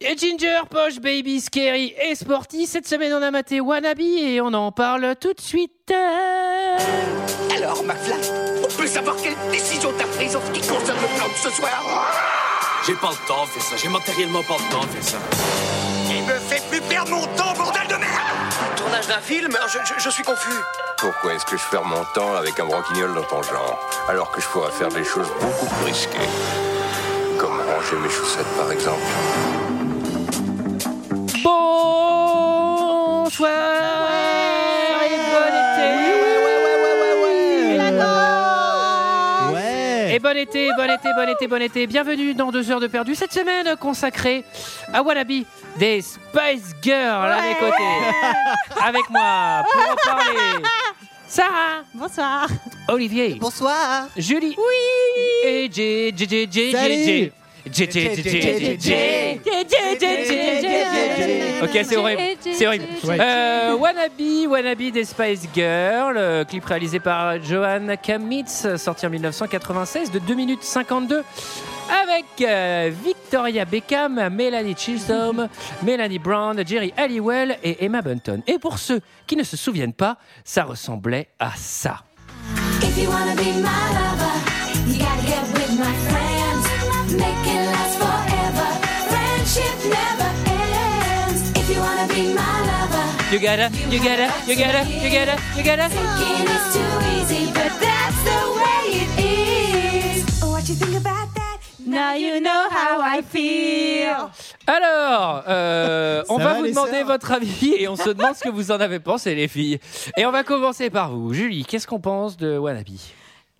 Et Ginger, Poche, Baby, Scary et Sporty, cette semaine on a maté Wannabe et on en parle tout de suite. Alors, McFly, on peut savoir quelle décision t'as prise en ce qui concerne le plan de ce soir J'ai pas le temps de faire ça, j'ai matériellement pas le temps de faire ça. Il me fait plus perdre mon temps, bordel de merde Tournage d'un film Ah, je, je- je suis confus. Pourquoi est-ce que je perds mon temps avec un broquignol dans ton genre Alors que je pourrais faire des choses beaucoup plus risquées. Comme ranger mes chaussettes par exemple. Bonsoir et bon été. Ouais Et bon été, bon été, bon été, bon été. Bienvenue dans 2 heures de perdu. Cette semaine consacrée à Wallaby des Spice Girls à mes côtés. Avec moi pour en parler. Sarah, Bonsoir. Olivier, Bonsoir Julie. Oui. Et J J J J J Salut. J J J J J J Ok, c'est horrible. C'est horrible. Ouais. Euh, Wannabe, Wannabe des Spice Girls, euh, clip réalisé par Johan Kamitz, sorti en 1996 de 2 minutes 52. Avec euh, Victoria Beckham, Melanie Chisholm, Melanie Brown, Jerry Halliwell et Emma Bunton. Et pour ceux qui ne se souviennent pas, ça ressemblait à ça. If you wanna be my lover, you gotta get with my friends. Make it last forever. Friendship never ends. If you wanna be my lover, You gotta, you gotta, you gotta, you gotta, you gotta. thinking it's too easy, but that's the way it is. Oh, what you think about that? Now you know how I feel. Alors, euh, on Ça va, va, vous les demander sœurs votre avis et on se demande ce que vous en avez pensé, les filles. Et on va commencer par vous. Julie, qu'est-ce qu'on pense de Wannabe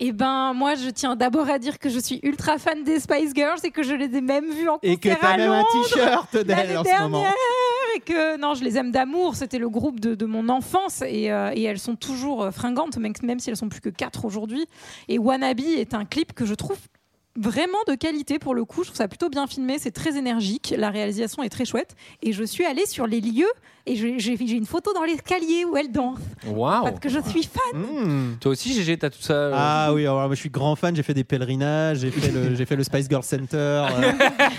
Eh ben, moi, je tiens d'abord à dire que je suis ultra fan des Spice Girls et que je les ai même vues en concert Et que à t'as même un Londres t-shirt d'elle l'année en ce moment. dernière et que non, je les aime d'amour. C'était le groupe de, de mon enfance et, euh, et elles sont toujours euh, fringantes, même, même si elles sont plus que quatre aujourd'hui. Et Wannabe est un clip que je trouve vraiment de qualité pour le coup. Je trouve ça plutôt bien filmé, c'est très énergique, la réalisation est très chouette. Et je suis allée sur les lieux et je- j'ai j'ai une photo dans l'escalier où elles dansent Waouh parce que je suis fan. Hmm. Mmh. Toi aussi, GG, t'as tout ça euh, Ah oui, alors, moi, je suis grand fan, j'ai fait des pèlerinages, j'ai fait le, j'ai fait le Spice Girl Center euh,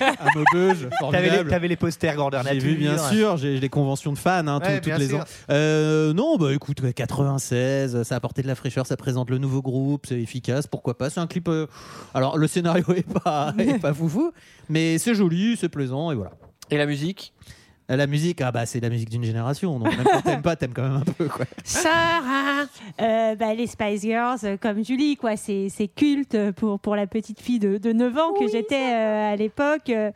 à Maubeuge, T'avais les, formidable. t'avais les posters grandeur J'ai nature. vu bien sûr, j'ai j'ai les conventions de fans hein, tout- Ouais, bien toutes les sûr. ans. Euh, non, bah écoute, ouais, 96, ça a apporté de la fraîcheur, ça présente le nouveau groupe, c'est efficace, pourquoi pas. C'est un clip. euh, Alors le scénario est pas, est pas foufou, mais c'est joli, c'est plaisant et voilà. Et la musique La musique, ah bah c'est la musique d'une génération, donc même quand t'aimes pas, t'aimes quand même un peu quoi. Sarah Euh, bah, les Spice Girls, euh, comme Julie, quoi, c'est c'est culte pour, pour la petite fille de, de 9 ans que j'étais euh, à l'époque. Euh,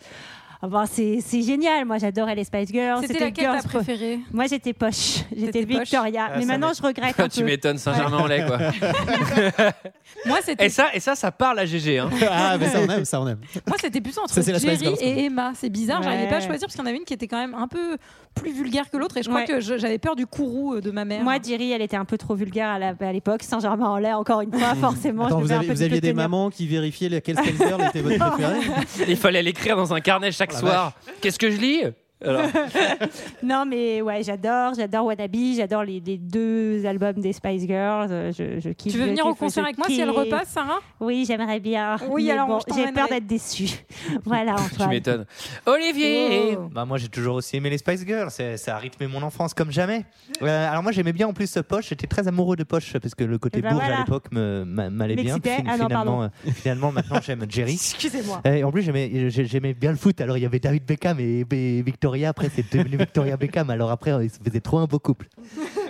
ah bah, c'est c'est génial, moi j'adorais les Spice Girls. C'était laquelle Girls ta Po- préférée Moi j'étais poche, j'étais T'étais poche Victoria. Ah, mais ça maintenant je regrette un Tu peu. m'étonnes, Saint-Germain-en-Laye, quoi. Moi, c'était Et ça, et ça, ça parle à GG. Hein. Ah mais ça on aime, ça on aime. Moi, c'était plus entre Ça, c'est la Spice Jerry Girls, et Emma. C'est bizarre, j'arrivais Ouais. pas à choisir parce qu'il y en avait une qui était quand même un peu plus vulgaire que l'autre et je crois Ouais. que je- j'avais peur du courroux euh, de ma mère. Moi, Diri, elle était un peu trop vulgaire à la- à l'époque. Saint-Germain en l'air, encore une fois, forcément. Attends, je vous, devais un avez- peu vous me aviez des tenir. mamans qui vérifiaient lesquelles Spice Girls étaient votre préférée Il fallait l'écrire dans un carnet chaque Oh la soir. Qu'est-ce que je lis Alors, Non, mais ouais, j'adore, j'adore Wannabe, j'adore les, les deux albums des Spice Girls. euh, Je, je kiffe. tu veux je venir au kiffe, je concert avec moi si elle kiffe. repasse, Sarah Oui, j'aimerais bien. Oui, mais alors, bon, je t'emmènerai. j'ai peur d'être déçue. voilà, tu Antoine. m'étonnes. Oh. Olivier Bah moi j'ai toujours aussi aimé les Spice Girls, C'est- ça a rythmé mon enfance comme jamais. Euh, alors moi j'aimais bien en plus euh, Poche, j'étais très amoureux de Poche parce que le côté Eh ben bourge voilà. à l'époque me- m'a- m'allait bien. M'excitait. Puis, Ah non, finalement, pardon. euh, finalement maintenant j'aime Jerry. Excusez-moi. Et en plus j'aimais j'ai- j'aimais bien le foot, alors il y avait David Beckham et, et Victoria, après c'est devenu Victoria Beckham, alors après euh, ils se faisaient trop un beau couple.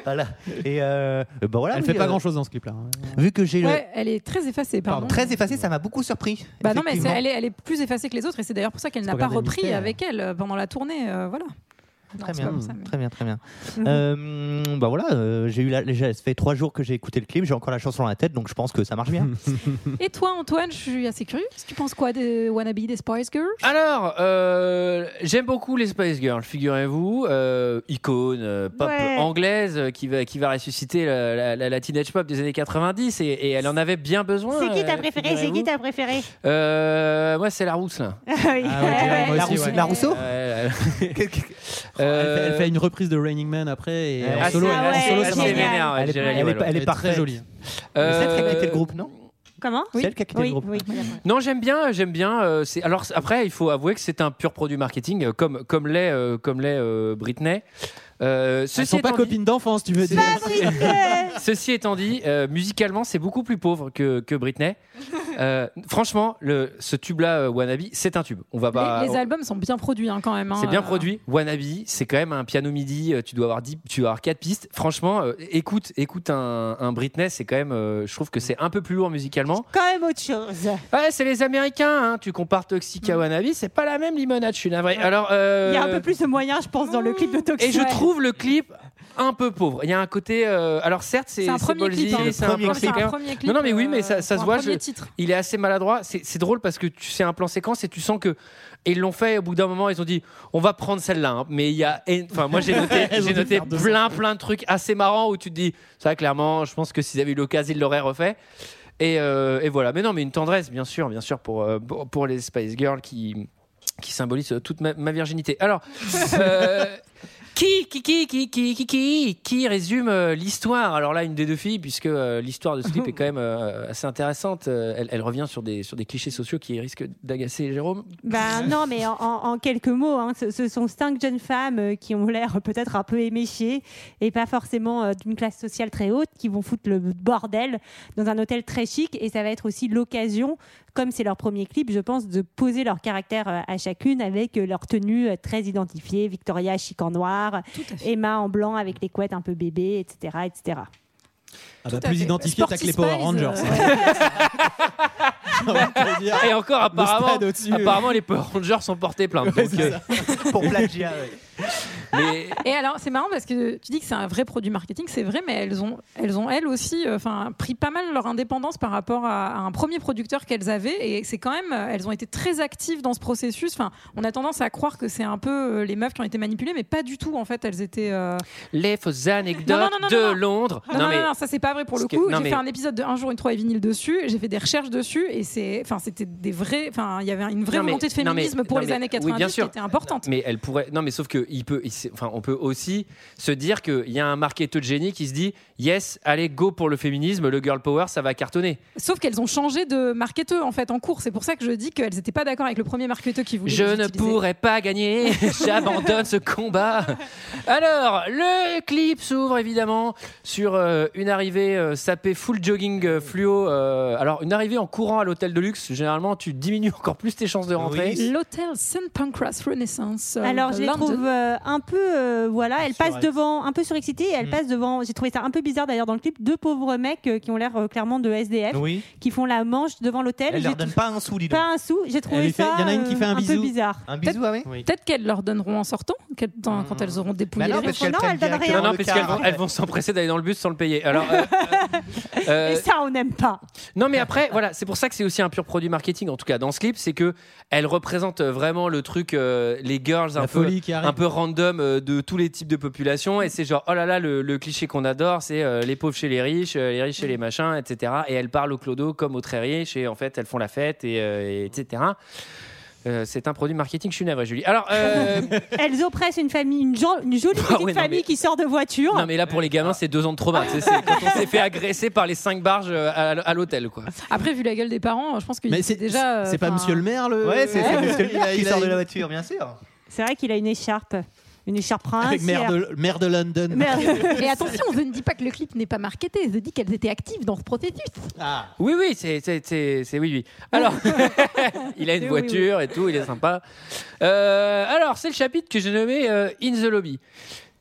Voilà. Et euh, bah voilà. Elle oui, fait pas euh, grand chose dans ce clip là. hein. Vu que j'ai le- Ouais, elle est très effacée, pardon. Pardon, très effacé, ça m'a beaucoup surpris. Bah non, mais c'est- Effectivement. elle est, elle est plus effacée que les autres et c'est d'ailleurs pour ça qu'elle n'a pas regarder le repris mystère. avec elle euh, pendant la tournée. euh, voilà. Non, Très c'est pas bien, comme ça, mais- très bien, très bien. Mhm. Euh, bah voilà, euh, j'ai eu la, déjà, ça fait trois jours que j'ai écouté le clip, j'ai encore la chanson dans la tête, donc je pense que ça marche bien. Mhm. Et toi, Antoine, je suis assez curieuse. Tu penses quoi des Wannabe, des Spice Girls Alors, euh, j'aime beaucoup les Spice Girls, figurez-vous. Euh, icône euh, pop Ouais. anglaise euh, qui va, qui va ressusciter la, la- la- la teenage pop des années 90 et, et elle en avait bien besoin. C'est qui euh, ta préférée C'est qui figurez-vous. ta préférée Euh, Moi, c'est la rousse, là. Ah oui. Ah ouais, Jerry, moi la, aussi, Rousseau- ouais. la Rousseau Euh, Elle, fait, elle fait euh, une reprise de Raining Man après et Ah, en ah, solo, c'est- elle- en ouais, solo, elle ça est marche bien. vénère, ouais, Elle est- Jerry elle est Halliwell. pas- Elle est parfaite. très jolie. C'est Euh, très bien, c'était le groupe, non Comment Oui. Celle qui a quitté Oui, le groupe. oui, voilà. Non, j'aime bien, j'aime bien. euh, c'est alors c'est- après, il faut avouer que c'est un pur produit marketing, euh, comme comme l'est euh, comme l'est euh, Britney. Euh, Elles ceci, sont pas étant dit, copines d'enfance, tu veux dire ceci étant dit, euh, musicalement, c'est beaucoup plus pauvre que, que Britney. Euh, franchement, le, ce tube-là, euh, Wannabe, c'est un tube. On va pas. Les, les on- albums sont bien produits hein, quand même. hein. Bah, C'est bien Euh, produit. Wannabe, c'est quand même un piano midi. euh, Tu dois avoir 10, tu dois avoir 4 pistes. Franchement, euh, écoute, écoute un, un Britney, c'est quand même. euh, je trouve que c'est un peu plus lourd musicalement. Quand même autre chose. Ouais, c'est les Américains. hein. Tu compares Toxic Mm. à Wannabe, c'est pas la même limonade. Je suis navré. Alors, euh, Il y a un peu plus de moyens, je pense, dans le clip de Toxic. Et je trouve le clip un peu pauvre. Il y a un côté. euh, alors certes, c'est C'est un c'est premier ballsy, clip. hein. c'est un Ouais, plan c'est un séquence. premier clip, Non, non, mais oui, euh, mais ça- ça pour se un voit, premier je- titre. Il est assez maladroit. C'est c'est drôle parce que tu- c'est un plan séquence et tu sens que et ils l'ont fait. Au bout d'un moment, ils ont dit on va prendre celle-là. hein. Mais il y a, et- enfin moi j'ai noté, Ils ont j'ai dû noté faire deux plein plein de trucs assez marrants où tu te dis ça clairement. Je pense que s'ils avaient eu l'occasion, ils l'auraient refait. Et, euh, et voilà. Mais non, mais une tendresse bien sûr, bien sûr pour euh, pour, pour les Spice Girls qui qui symbolisent euh, toute ma, ma virginité. Alors. euh, Qui, qui, qui, qui, qui, qui, qui, qui résume euh, l'histoire Alors là, une des deux filles, puisque euh, l'histoire de ce clip est quand même euh, assez intéressante. Euh, elle, elle revient sur des, sur des clichés sociaux qui risquent d'agacer Jérôme. Ben non, mais en, en- en quelques mots, hein, ce, ce sont cinq jeunes femmes euh, qui ont l'air peut-être un peu éméchées et pas forcément euh, d'une classe sociale très haute, qui vont foutre le bordel dans un hôtel très chic. Et ça va être aussi l'occasion, comme c'est leur premier clip, je pense, de poser leur caractère euh, à chacune avec euh, leur tenue euh, très identifiée. Victoria chic en noir, Emma en blanc avec les couettes un peu bébé, etc., etc. Ah bah, Tout à Plus fait. identifié, t'as que les Sporty Power Spice, Rangers. euh, On peut dire. Et encore, Le apparemment, stade au-dessus. apparemment les Power Rangers sont portés plainte. Ouais, donc, c'est euh, ça. Pour plagiat, ouais. mais- Et alors, c'est marrant parce que tu dis que c'est un vrai produit marketing, c'est vrai, mais elles ont, elles ont elles aussi, euh, enfin, pris pas mal leur indépendance par rapport à, à un premier producteur qu'elles avaient, et c'est quand même, euh, elles ont été très actives dans ce processus. Enfin, on a tendance à croire que c'est un peu euh, les meufs qui ont été manipulées, mais pas du tout. En fait, elles étaient. euh, les fausses anecdotes Non, non, non, non, de non. Londres. Ah Non, non, non, non, ça c'est pas vrai pour le Parce que- coup. non, J'ai mais- fait un épisode de un jour une trois et vinyle dessus. J'ai fait des recherches dessus et c'est, enfin, c'était des vrais, enfin, il y avait une vraie Non, mais- volonté de non, mais- féminisme pour non, les mais- années oui, bien 90 qui sûr. était importante. Mais elle pourrait. Non, mais sauf que il peut. il s'est- enfin, on peut aussi se dire qu'il y a un marketeur de génie qui se dit yes, allez go pour le féminisme, le girl power, ça va cartonner. Sauf qu'elles ont changé de marketeux en fait en cours. C'est pour ça que je dis qu'elles n'étaient pas d'accord avec le premier marketeux qui voulait. Je les ne utiliser. pourrais pas gagner, j'abandonne ce combat. Alors, le clip s'ouvre évidemment sur euh, une arrivée euh, sapée full jogging euh, fluo. euh, alors, une arrivée en courant à l'hôtel de luxe, généralement, tu diminues encore plus tes chances de rentrer. L'hôtel St Pancras Renaissance. euh, Alors, je les London. trouve euh, un peu, euh, voilà, elles passent Surexcitées. devant, un peu surexcitées. et Elles Mm. passent devant. J'ai trouvé ça un peu bizarre d'ailleurs dans le clip. Deux pauvres mecs euh, qui ont l'air euh, clairement de SDF, Oui. qui font la manche devant l'hôtel. Elle J'ai leur donne pas un sou, dis trou- donc. Pas un sou. J'ai trouvé Elle lui fait- ça il y en a une qui fait un euh, peu bisou. bizarre. Un bisou, ah oui Peut-être qu'elles leur donneront en sortant qu'elles- dans- Hmm. Mm. quand elles auront Bah dépouillé. les non, riches. parce qu'elle Non, traîne elle donne rien. directement Non, non, le parce qu'elles car. vont, elles vont s'empresser d'aller dans le bus sans le payer. Alors, euh, euh, Et ça, on n'aime pas. Non, mais après, voilà, c'est pour ça que c'est aussi un pur produit marketing, en tout cas dans ce clip, c'est que elle représente euh, vraiment le truc, euh, les girls un La peu, folie qui un arrive. peu random euh, de tous les types de populations, et c'est genre, oh là là, le, le cliché qu'on adore, c'est euh, les pauvres chez les riches, euh, les riches chez les machins, etc. Et elle parle au clodo comme aux très riches, et en fait, elles font la fête, et, euh, et etc. Euh, c'est un produit marketing, je suis navré, Julie. Alors, euh, Elles oppressent une famille, une, gen- une jolie Ah petite ouais, non, famille mais- qui sort de voiture. non, mais là, pour les gamins, c'est deux ans de trauma. tu sais, C'est quand on s'est fait agresser par les cinq barges euh, à, à l'hôtel, quoi. Après, vu la gueule des parents, je pense qu'il Mais c'est était déjà. euh, c'est pas enfin, Monsieur le Maire le. Ouais, c'est c'est Monsieur Il a- Lire qui il a sort de une- la voiture, bien sûr. C'est vrai qu'il a une écharpe, une écharpe prince. Avec maire de, maire de London. Merde. Et attention, je ne dis pas que le clip n'est pas marketé. Je dis qu'elles étaient actives dans ce processus. Ah, Oui, oui, c'est, c'est, c'est, c'est oui, oui. Alors, il a une Oui, voiture et tout, il est sympa. Euh, alors, c'est le chapitre que j'ai nommé euh, In the Lobby.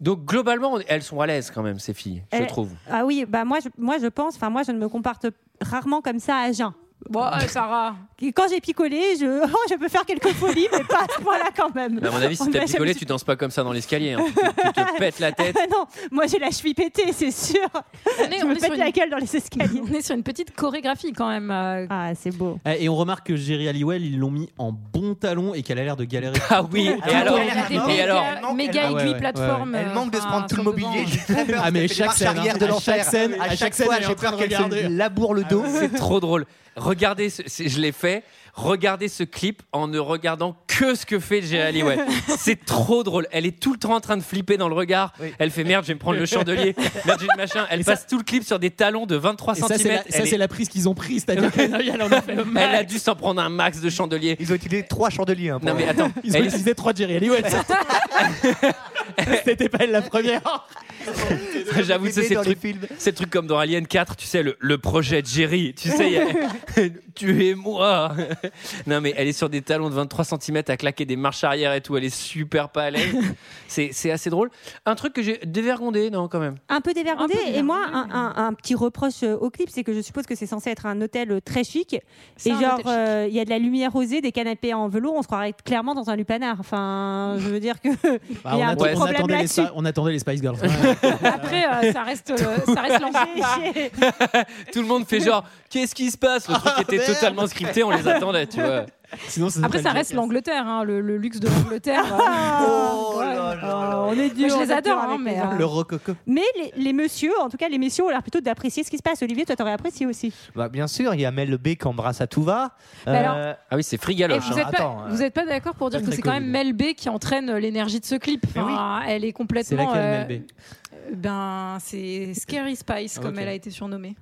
Donc, globalement, on- elles sont à l'aise quand même, ces filles, je Elles- trouve. Ah oui, bah moi, je, moi, je pense. Enfin, moi, je ne me comporte rarement comme ça à jeun. Bon, euh, Sarah. Et Quand j'ai picolé, je, oh, je peux faire quelques folies, mais pas à ce point-là quand même. Mais à mon avis, si On t'as a picolé, jamais- tu danses pas comme ça dans l'escalier. hein. Tu, te- tu te pètes la tête. Ah non, moi j'ai la cheville pétée, c'est sûr. On est, Je on me est sur pète une- la gueule dans les escaliers. on est sur une petite chorégraphie quand même. euh, Ah, c'est beau. Eh, Et on remarque que Jerry Halliwell, ils l'ont mis en bon talon et qu'elle a l'air de galérer. Ah oui, et Elle alors, a l'air des mort. et méga, alors Elle manque- méga elle- ah ouais, aiguilles ouais, plateformes, Elle euh, manque de se enfin, prendre tout le sont mobilier. devant. J'ai très peur. Ah, mais Elle fait des chaque marches scène, hein. arrière de À chaque l'enfer. scène, à À chaque chaque scène, fois, elle est en j'ai train peur de qu'elle se regarder. laboure le dos. c'est trop drôle. Regardez, ce- c'est- je l'ai fait. Regardez ce clip en ne regardant que ce que fait Gérali. Ouais. C'est trop drôle. Elle est tout le temps en train de flipper dans le regard. Elle fait merde, je vais me prendre le chandelier. Merde, j'ai le machin. Elle passe tout le clip sur des talons de 23 Et ça, c'est cm. la, ça, c'est la prise qu'ils ont prise, c'est-à-dire qu'elle en a fait le elle mal. a dû s'en prendre un max de chandeliers. Ils ont utilisé trois chandeliers. hein, pour Non mais elle. attends, Ils ont elle- utilisé trois Jerry Halliwell. C'était pas elle la première. j'avoue, ça, c'est dans le les truc films. C'est le truc comme dans Alien 4, tu sais, le, le projet de Jerry. Tu sais, il y a- tu es moi. non, mais elle est sur des talons de 23 cm à claquer des marches arrière et tout. Elle est super pas à l'aise. C'est c'est assez drôle. Un truc que j'ai dévergondé, non, quand même. un peu dévergondé. Un peu Et moi, un, dévergondé, un- un petit reproche euh, au clip, c'est que je suppose que c'est censé être un hôtel euh, très chic. C'est Et un hôtel genre, chic. euh, il y a de la lumière rosée, des canapés en velours, on se croirait clairement dans un lupanar. Enfin, je veux dire que. Bah, Il y a un attend- gros on, problème attendait les, là-dessus. Spi- on attendait les Spice Girls. Ouais. Après, euh, ça reste, euh, ça reste lancé. Tout le monde fait genre, qu'est-ce qui se passe Le truc était totalement scripté, on les attendait, tu vois. Sinon, ça Après, s'appelle ça reste Jackass. l'Angleterre, hein, le, le luxe de l'Angleterre. Ah. euh. Oh là là là. on est dur, on est dur avec les gens. Le rococo. Mais les, les messieurs, en tout cas, les messieurs ont l'air plutôt d'apprécier ce qui se passe. Olivier, toi, t'aurais apprécié aussi. Bah, bien sûr, il y a Mel B qui embrasse à tout va. Mais alors- Euh, Ah oui, c'est Et frigaloche. vous hein, n'êtes pas, attends, euh, vous êtes pas d'accord pour dire pas que très c'est quand même Covid. Mel B qui entraîne euh, l'énergie de ce clip. Mais oui. Enfin, Elle est C'est complètement. laquelle, Mel B Ah, euh, ben, c'est Scary Spice, comme Ok. elle a été surnommée.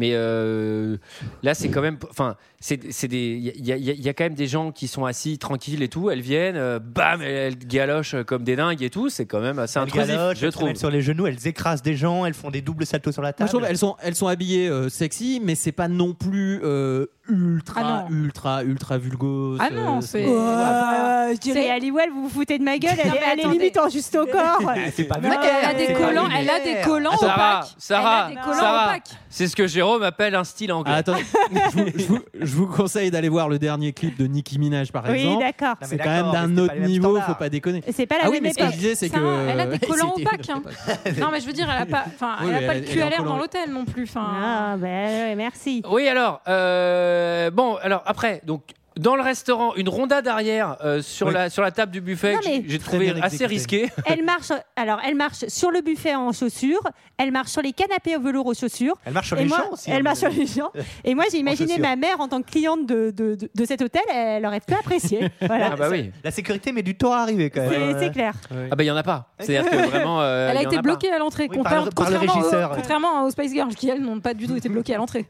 Mais euh, là, c'est quand même. Enfin, c'est c'est des. Il y, a- il y a- il y a quand même des gens qui sont assis tranquilles et tout. Elles viennent, euh, bam, elles, elles galochent comme des dingues et tout. C'est quand même assez elles intrusif, galochent, je elles se trouve. mettent sur les genoux, elles écrasent des gens, elles font des doubles saltos sur la Moi, table. je trouve elles sont, elles sont habillées euh, sexy, mais c'est pas non plus euh, ultra, Ah non. ultra, ultra vulgose. Ah non, euh, c'est- c'est- je dirais, Halliwell, vous vous foutez de ma gueule, elle, Non, est- mais elle est attendez. limite en juste au corps. C'est pas Non, vulgaire. elle Elle a des C'est pas collants, vulgaire. elle a des collants Sarah, opaques. Sarah, elle a des collants Sarah. opaques. C'est ce que Jérôme appelle un style anglais. Ah, attendez, je, vous, je vous- je vous conseille d'aller voir le dernier clip de Nicki Minaj, par Oui, exemple. d'accord. Non, mais C'est quand d'accord, même d'un mais c'est pas autre les mêmes niveau, standards. faut pas déconner. C'est pas la Ah oui, même mais ce que je époque. disais, c'est Sarah, que. elle a des collants C'était une opaques, hein. autre époque. Non, mais je veux dire, elle a pas, enfin, Oui, elle a mais pas elle- le elle cul est à en l'air dans collant. l'hôtel non plus. Enfin, Ah, ben, ouais, merci. Ah. Oui, alors. euh, bon, alors après, donc. Dans le restaurant, une rondade arrière euh, sur, Oui. la, sur la table du buffet, Non, que mais- j'ai Très trouvé bien assez exécuté. risqué. Elle marche, alors elle marche sur le buffet en chaussures, elle marche sur les canapés au velours aux chaussures. Elle marche sur et les moi, gens aussi. elle hein, marche sur mais- les gens. Et moi, j'ai imaginé chaussures. ma mère en tant que cliente de, de, de- de cet hôtel, elle aurait peu apprécié. Voilà. Ah bah oui. La sécurité met du temps à arriver quand C'est même. c'est clair. Ah bah il y en a pas. C'est-à-dire que vraiment. euh, elle a il y en été pas. bloquée à l'entrée, Oui, compar- par le- par le contrairement, au- régisseur. contrairement aux Spice Girls qui elles n'ont pas du tout été bloquées à l'entrée.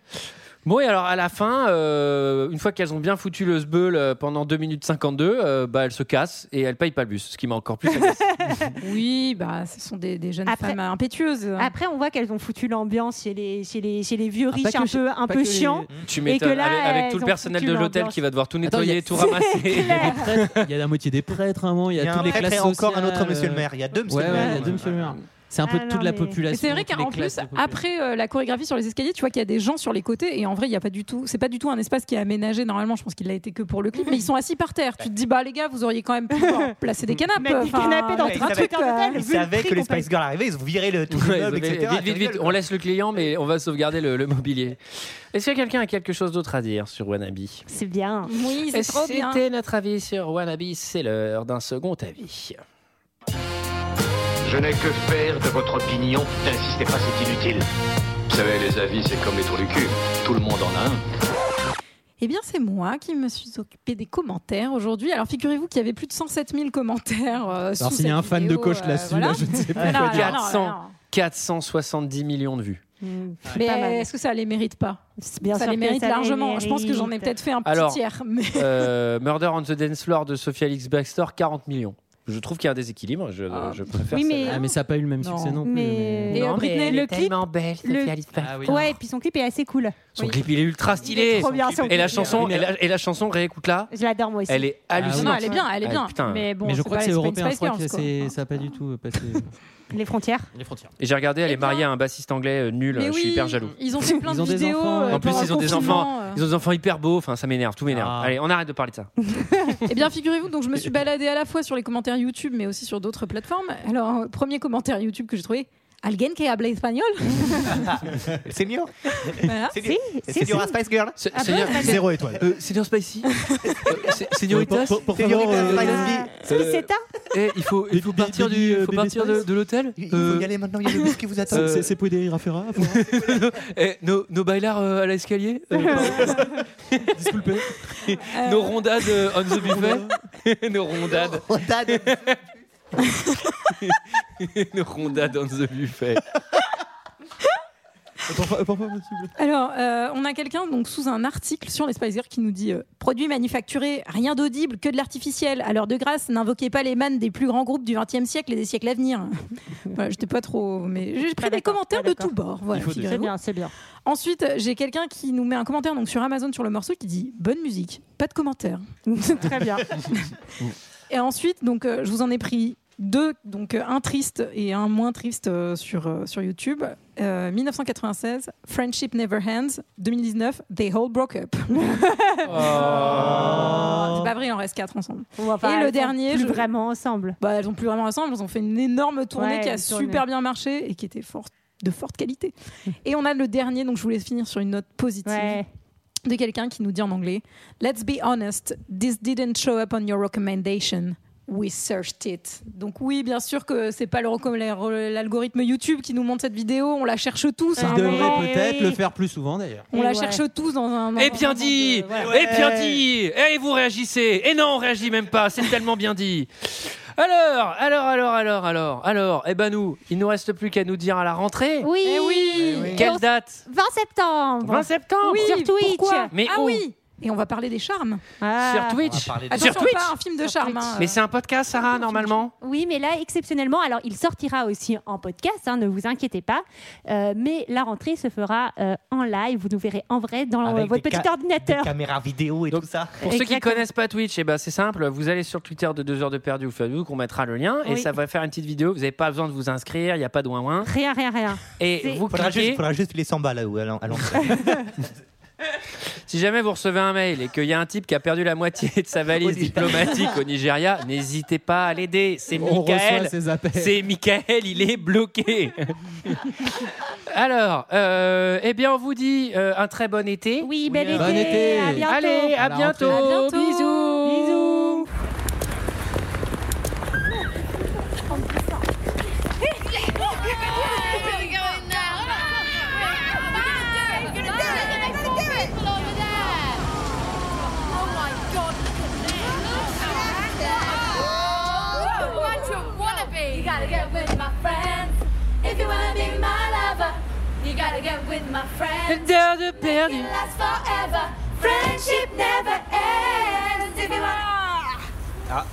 Bon, et alors à la fin, euh, une fois qu'elles ont bien foutu le sbeul euh, pendant 2 minutes 52, euh, bah, elles se cassent et elles payent pas le bus, ce qui m'a encore plus agacé. Oui, bah, ce sont des, des jeunes Après- femmes impétueuses. Après, on voit qu'elles ont foutu l'ambiance chez les, chez les, chez les vieux Ah, riches pas un que- peu, un pas peu que les- chiants. tu Et que m'étonnes, là, avec, avec tout elles le ont personnel foutu de l'hôtel l'ambiance. qui va devoir tout Attends, nettoyer, il y a- tout C'est ramasser. clair. Il y a la moitié des prêtres, maman. Il y Il y a, a toutes un les prêtre et classes encore un sociales, autre monsieur euh, le maire. Il y a deux monsieur Ouais, le ouais, il y a maire. deux monsieur le maire. C'est un peu Ah, toute non, la mais- Mais population. c'est vrai toutes qu'en les classes plus, de population. après euh, la chorégraphie sur les escaliers, tu vois qu'il y a des gens sur les côtés et en vrai, il y a pas du tout, c'est pas du tout un espace qui est aménagé normalement. Je pense qu'il l'a été que pour le clip, mais ils sont assis par terre. Tu te dis bah les gars, vous auriez quand même pu euh, placer des canapes. Mettre des enfin, canapés dans ouais, mettre ils un savaient- truc dans l'hôtel, Ils vu le savaient prix que les qu'on paye. Spice Girls arrivaient, ils ont viré le, tout Ouais, le meuble, ils ont fait, etc. Vite, vite, vite, on laisse le client, mais on va sauvegarder le, le mobilier. Est-ce que quelqu'un a quelque chose d'autre à dire sur Wannabe C'est bien. Oui, c'est trop bien. C'était notre avis sur Wannabe, c'est l'heure d'un second avis. Je n'ai que faire de votre opinion. N'insistez pas, c'est inutile. Vous savez, les avis, c'est comme les trous du cul. Tout le monde en a un. Eh bien, c'est moi qui me suis occupée des commentaires aujourd'hui. Alors, figurez-vous qu'il y avait plus de 107 000 commentaires. euh, sous Alors, s'il y cette a un fan de vidéo, coach euh, là-dessus, voilà. là, je ne sais pas. Non, non, non, non, 400. non. 470 millions de vues. Mais Pas mal. est-ce que ça les mérite pas C'est bien Ça sûr les que mérite ça les largement. Je pense que j'en ai mérite. peut-être fait un petit Alors, tiers. Mais... Euh, Murder on the Dance Floor de Sophia Lix Baxter, 40 millions. Je trouve qu'il y a un déséquilibre, je, Ah. je préfère Oui, ça. mais- Ah, mais ça n'a pas eu le même Non. succès non plus. Mais- Et, euh, Britney, le clip, belle, le- Baxter. Ah oui. Ouais, et puis son clip est assez cool. Son Oui. clip, il est ultra Il stylé. est trop bien, son Et la clip. chanson, et la, et la chanson réécoute-la, Je l'adore moi aussi. elle est oui. Non, hallucinante. non, elle est bien, elle est Ah, bien. putain. mais bon, mais je crois que pas c'est les Space européen, je crois Girls, que quoi. c'est- ça n'a pas du tout euh, passé. Les frontières. Les frontières. Et j'ai regardé, elle Eh est mariée bien. à un bassiste anglais euh, nul, Mais je suis oui, hyper jaloux. Ils ont fait plein Ils de ont des vidéos. enfants, euh, En plus, pendant ils le ont des confinement, enfants. euh. Ils ont des enfants hyper beaux, enfin ça m'énerve, tout m'énerve. Ah. Allez, on arrête de parler de ça. Eh bien, figurez-vous, donc je me suis baladée à la fois sur les commentaires YouTube, mais aussi sur d'autres plateformes. Alors, euh, premier commentaire YouTube que j'ai trouvé. Alguien que habla espagnol C'est mieux. Voilà. C'est du, c'est du Spice hein. Girl. Se- Ah Seigneur, Zéro étoile. euh, Seigneur Spicy Euh, se- Señoritas Pour- pour- pour C'est du favoriser Spice la- Girl. Spicetta eh, Il faut, il faut Bébé- partir, Bébé- du, il faut Bébé partir de, Spice de l'hôtel Il faut Euh, y aller maintenant, il y a le bus qui vous attend. Euh, C'est c'est Pouderi Raffarin à voir. eh, Nos nos bailars euh, à l'escalier Disculpé. Euh, Nos rondades euh, on the buffet Nos rondades, Oh, Dad. nos rondades on the buffet Parfois, parfois, possible. Alors, euh, on a quelqu'un donc sous un article sur les Spice Girls qui nous dit euh, produits manufacturés, rien d'audible, que de l'artificiel. Alors de grâce, n'invoquez pas les mannes des plus grands groupes du XXe siècle et des siècles à venir. voilà, j'étais pas trop, mais j'ai pris des d'accord, commentaires pas de d'accord. tous bords. Voilà, Il faut des- C'est figurez-vous. bien, c'est bien. Ensuite, j'ai quelqu'un qui nous met un commentaire donc sur Amazon sur le morceau qui dit bonne musique, pas de commentaire. Très bien. Et ensuite, donc, euh, je vous en ai pris deux, donc euh, un triste et un moins triste euh, sur, euh, sur YouTube. Euh, 1996, Friendship Never Ends. 2019, They All Broke Up. Oh. Oh. Ah, Oh. C'est pas vrai, il en reste quatre ensemble. Ou enfin, Et elles le sont dernier, plus je- vraiment ensemble. Bah, elles ont plus vraiment ensemble, elles ont fait une énorme tournée Ouais, qui a une tournée. super bien marché et qui était fort- de forte qualité. Et on a le dernier, donc je voulais finir sur une note positive Ouais. de quelqu'un qui nous dit en anglais Let's be honest, this didn't show up on your recommendation. We searched it. Donc oui, bien sûr que c'est pas le recomm- l'algorithme YouTube qui nous montre cette vidéo. On la cherche tous. à un Ah Il ouais. moment. devrait peut-être le faire plus souvent d'ailleurs. On la Ouais. cherche tous dans un. dans Eh un bien moment dit de- voilà. Eh bien dit Eh vous réagissez Et non, on réagit même pas, c'est tellement bien dit alors, alors, alors, alors, alors, alors, eh ben nous, il nous reste plus qu'à nous dire à la rentrée. Oui. Eh oui. Et on- Quelle date 20 septembre. 20 septembre Oui, sur Twitch. pourquoi Mais oh. ah où oui. Et on va parler des charmes. Ah. Sur Twitch Attention, Sur Twitch pas un film de charme. hein. Mais c'est un podcast, Sarah, normalement Oui, mais là, exceptionnellement, alors il sortira aussi en podcast, hein, ne vous inquiétez pas. Euh, mais la rentrée se fera euh, en live. Vous nous verrez en vrai dans Avec euh, votre des petit ca- ordinateur. Caméra vidéo et tout ça. Pour ceux qui Exactement. connaissent pas Twitch, eh ben c'est simple, vous allez sur Twitter de 2 heures de perdu ou Facebook, on mettra le lien et Oui. ça va faire une petite vidéo, vous n'avez pas besoin de vous inscrire, il n'y a pas de ouin ouin. Rien, rien, rien. Et C'est- vous Faudra cliquez, juste, faudra juste les 100 balles à l'en- à l'entrée. si jamais vous recevez un mail et qu'il y a un type qui a perdu la moitié de sa valise diplomatique au Nigeria, n'hésitez pas à l'aider, c'est On reçoit Michael, ces appels. c'est Michael, il est bloqué. Alors, euh, eh bien on vous dit euh, un très bon été. Oui, bel Bon été. été. À bientôt. Allez, à, À la bientôt. rentrée. À bientôt. Bisous. You gotta get with my friends if you wanna be my lover. You gotta get with my friends. Heures de perdu. Last forever. Friendship never ends. If you wanna.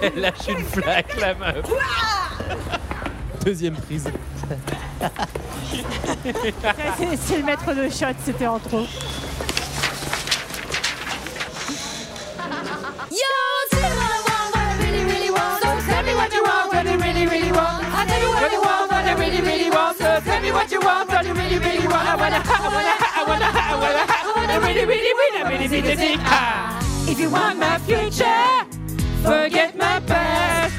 Elle lâche une flaque, la meuf. Deuxième prise. C'est- C'est le maître de shot, c'était en trop. Yo, say what I want, what I really, really want. So tell me what you want, what you really, really want. I tell you what I want, what I really, really want. So tell me what you want, what you really, really want. I wanna, I wanna, I wanna, I wanna, I wanna really, really, really, I really, really, really. If you want my future, Forget my past.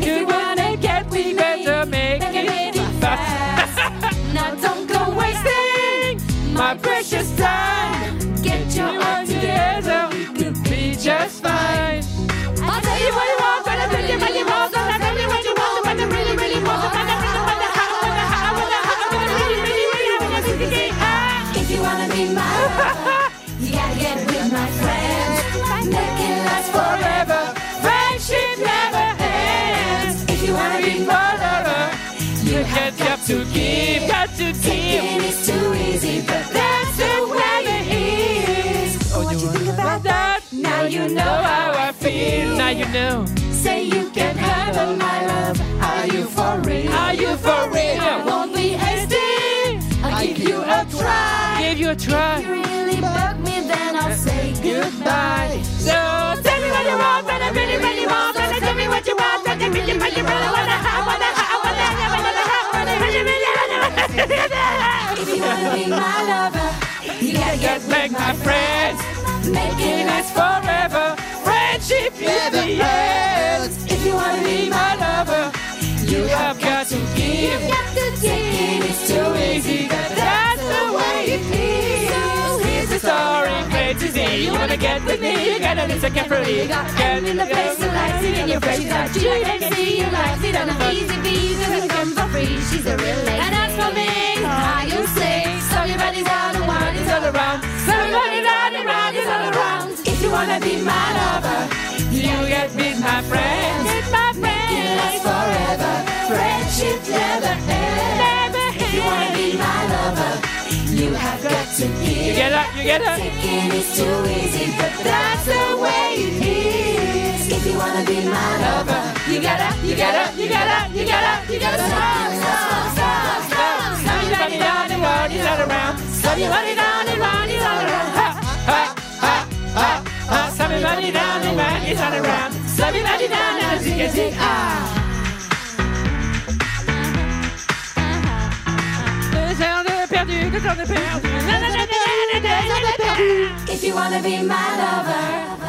you wanna get with me, Better make then it make it fast. fast. Now don't go wasting my precious time. Get your We're act together, together. we could be just fine. I tell you what you want, what I really, really want. I tell you what you want, what I really, really want. I wanna, I wanna, I wanna, I wanna, I wanna, really, really, really, I wanna see the day. If you wanna be my you gotta get with my friends. Make it last forever. Friendship never ends. If you wanna be my lover, you have got to give, got to give. Thinking it's too easy, but that's the way it is. Oh, what you think about that? Now you know how I feel. Now you know. Say you can have all my love. Are you for real? Are you for I real? won't be hasty. I'll give you a try. Give you a If try. you really bug me, then I'll say goodbye. So Tell me what you want, what I really, really want. So tell me what you want, what you really, really want. I wanna, I wanna, I wanna, I wanna, I wanna, really, really, wanna. If you wanna be my lover, you gotta get make my friends making us forever. forever. Friendship is the end. me, you wanna get with me, you gotta listen carefully. Got M in the face, you like it in your face, got G and C, you like it on an easy beat, doesn't come for free, she's a real lady. And that's for me, how you say, so your body's on and one is all around, so your body's on and round is all around. If you wanna be my lover, you get with my friends, with my friends. It lasts forever, friendship never ends. Never If you wanna be my lover, you have got to give. You get up, you get up. Thinking it's too easy, but that's the way it is. If you wanna be my lover, you gotta, you gotta, you gotta, you gotta, you gotta stop, stop, stop, stop. Stop your money down and round, you all around. Stop your money down and round, you all around. Ha, ha, ha, ha, ha. Stop your money down and round, you all around. Stop your money down and zig and zig ah. Deux heures de perdu, deux heures de perdu. Nanana. If you wanna be my lover,